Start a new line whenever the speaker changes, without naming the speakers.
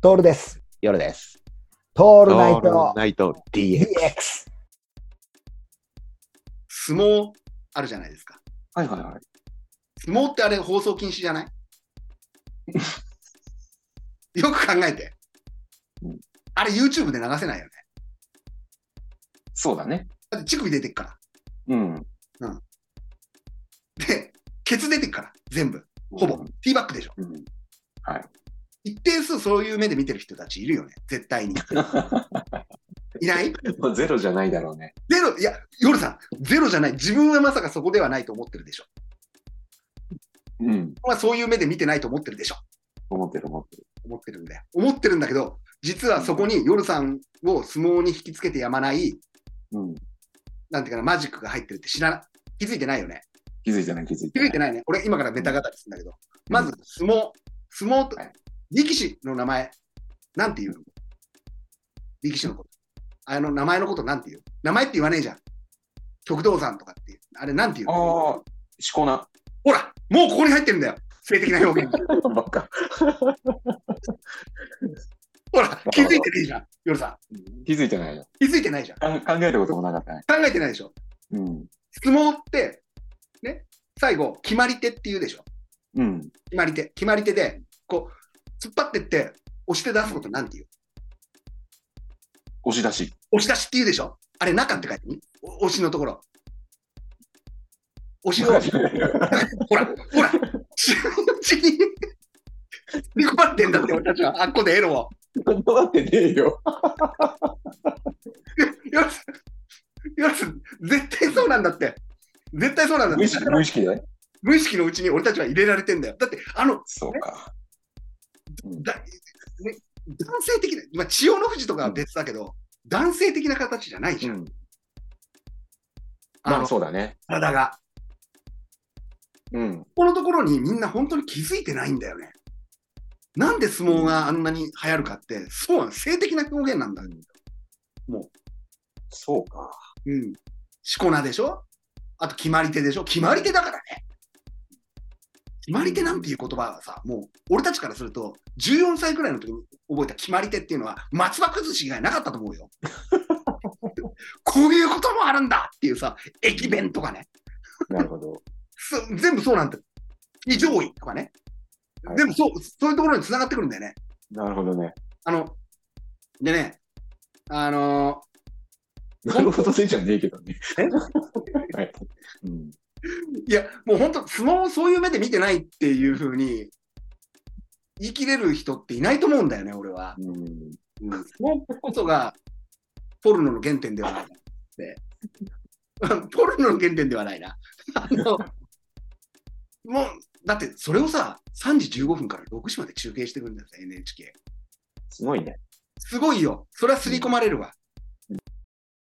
トールです。
夜です。
ト
オ
ールナイト
ナイト DX。
DX。
相撲あるじゃないですか。
はいはいはい。
相撲ってあれ放送禁止じ ゃないよく考えて
うん。
あれ YouTube で流せないよね。
そうだね。
だって乳首出てっか
うん。
ら。で、ケツ出てっから、全部。ほぼ。ティーバックでしょ。
うん。
一定数そういう目で見てる人たちいるよね。絶 対に。いない
まあゼロじゃないだろうね。
ゼロ、いや、夜さん、ゼロじゃない。自分はまさかそこではないと思ってるでしょ。
うん。
まあ、そういう目で見てないと思ってるでしょ。
思ってる思ってる。
思ってるんだよ。思ってるんだけど、実はそこに夜さんを相撲に引きつけてやまない、
うん。
なんていうかな、マジックが入ってるって知らな、気づいてないよね。
気づいてない気づい
気
てな
づ
い。
いてないね。俺、今からネタ語りするんだけど、まず、相撲、相撲と
はい、
力士の名前、なんて言うの力士のこと。あの名前のことなんて言う名前って言わねえじゃん。極道山とかっていう。あれなんて言う
ああ、思考な。
ほら、もうここに入ってるんだよ。性的な表現。
ばっか。
ほら、気づいてねえじゃん。夜さ
気づいてないよ。
ん。気づいてないじゃん。
かん考えたこともなかったね。
考えてないでしょ。
うん。
相撲って、ね、最後、決まり手って言うでしょ。
うん。
決まり手、決まり手で、こう、突っ張ってって、押して出すことなんて言う
押し出 し。
押し出しって言うでしょあれ、中って書いてみお押しのところ。押しを、ほら、ほら、中日に振り込まれてんだって、俺たちは、あっこでエロを。
断ってねえよ。
よし、よし、絶対そうなんだって。絶対そうなんだっ
無
て
意。識、無意識だね。
無意識のうちに俺たちは入れられてんだよ。だって、あの、
そうか。うん
だね、男性的な、まあ、千代の富士とかは別だけど、男性的な形じゃないじゃん、
うん。
あの
まあそうだね。
体が。
うん。
このところにみんな本当に気づいてないんだよね。なんで相撲があんなに流行るかって、そうなの、性的な表現なんだよ。
そうか。
うん。しこ名でしょあと決まり手でしょ決まり手だからね。決まり手なんていう言葉はさ、もう俺たちからすると、14歳くらいの時に覚えた決まり手っていうのは、松葉崩し以外なかったと思うよ。こういうこともあるんだっていうさ、駅弁とかね、
なるほど。
す全部そうなんだよ。非常位とかね
は。い
全部そう、そういうところに繋がってくるんだよね。
なるほどね。
あの、でね、あの
なるほどねじゃねえけどね。はい。うん。
いや、もう本当、相撲をそういう目で見てないっていうふうに、言い切れる人っていないと思うんだよね、俺は。
うん。
相撲こそが、ポルノの原点ではないって。 ポルノの原点ではないな。あの、もう、だってそれをさ、3時15分から6時まで中継してくるんだよ、NHK。
すごいね。
すごいよ。それは刷り込まれるわ。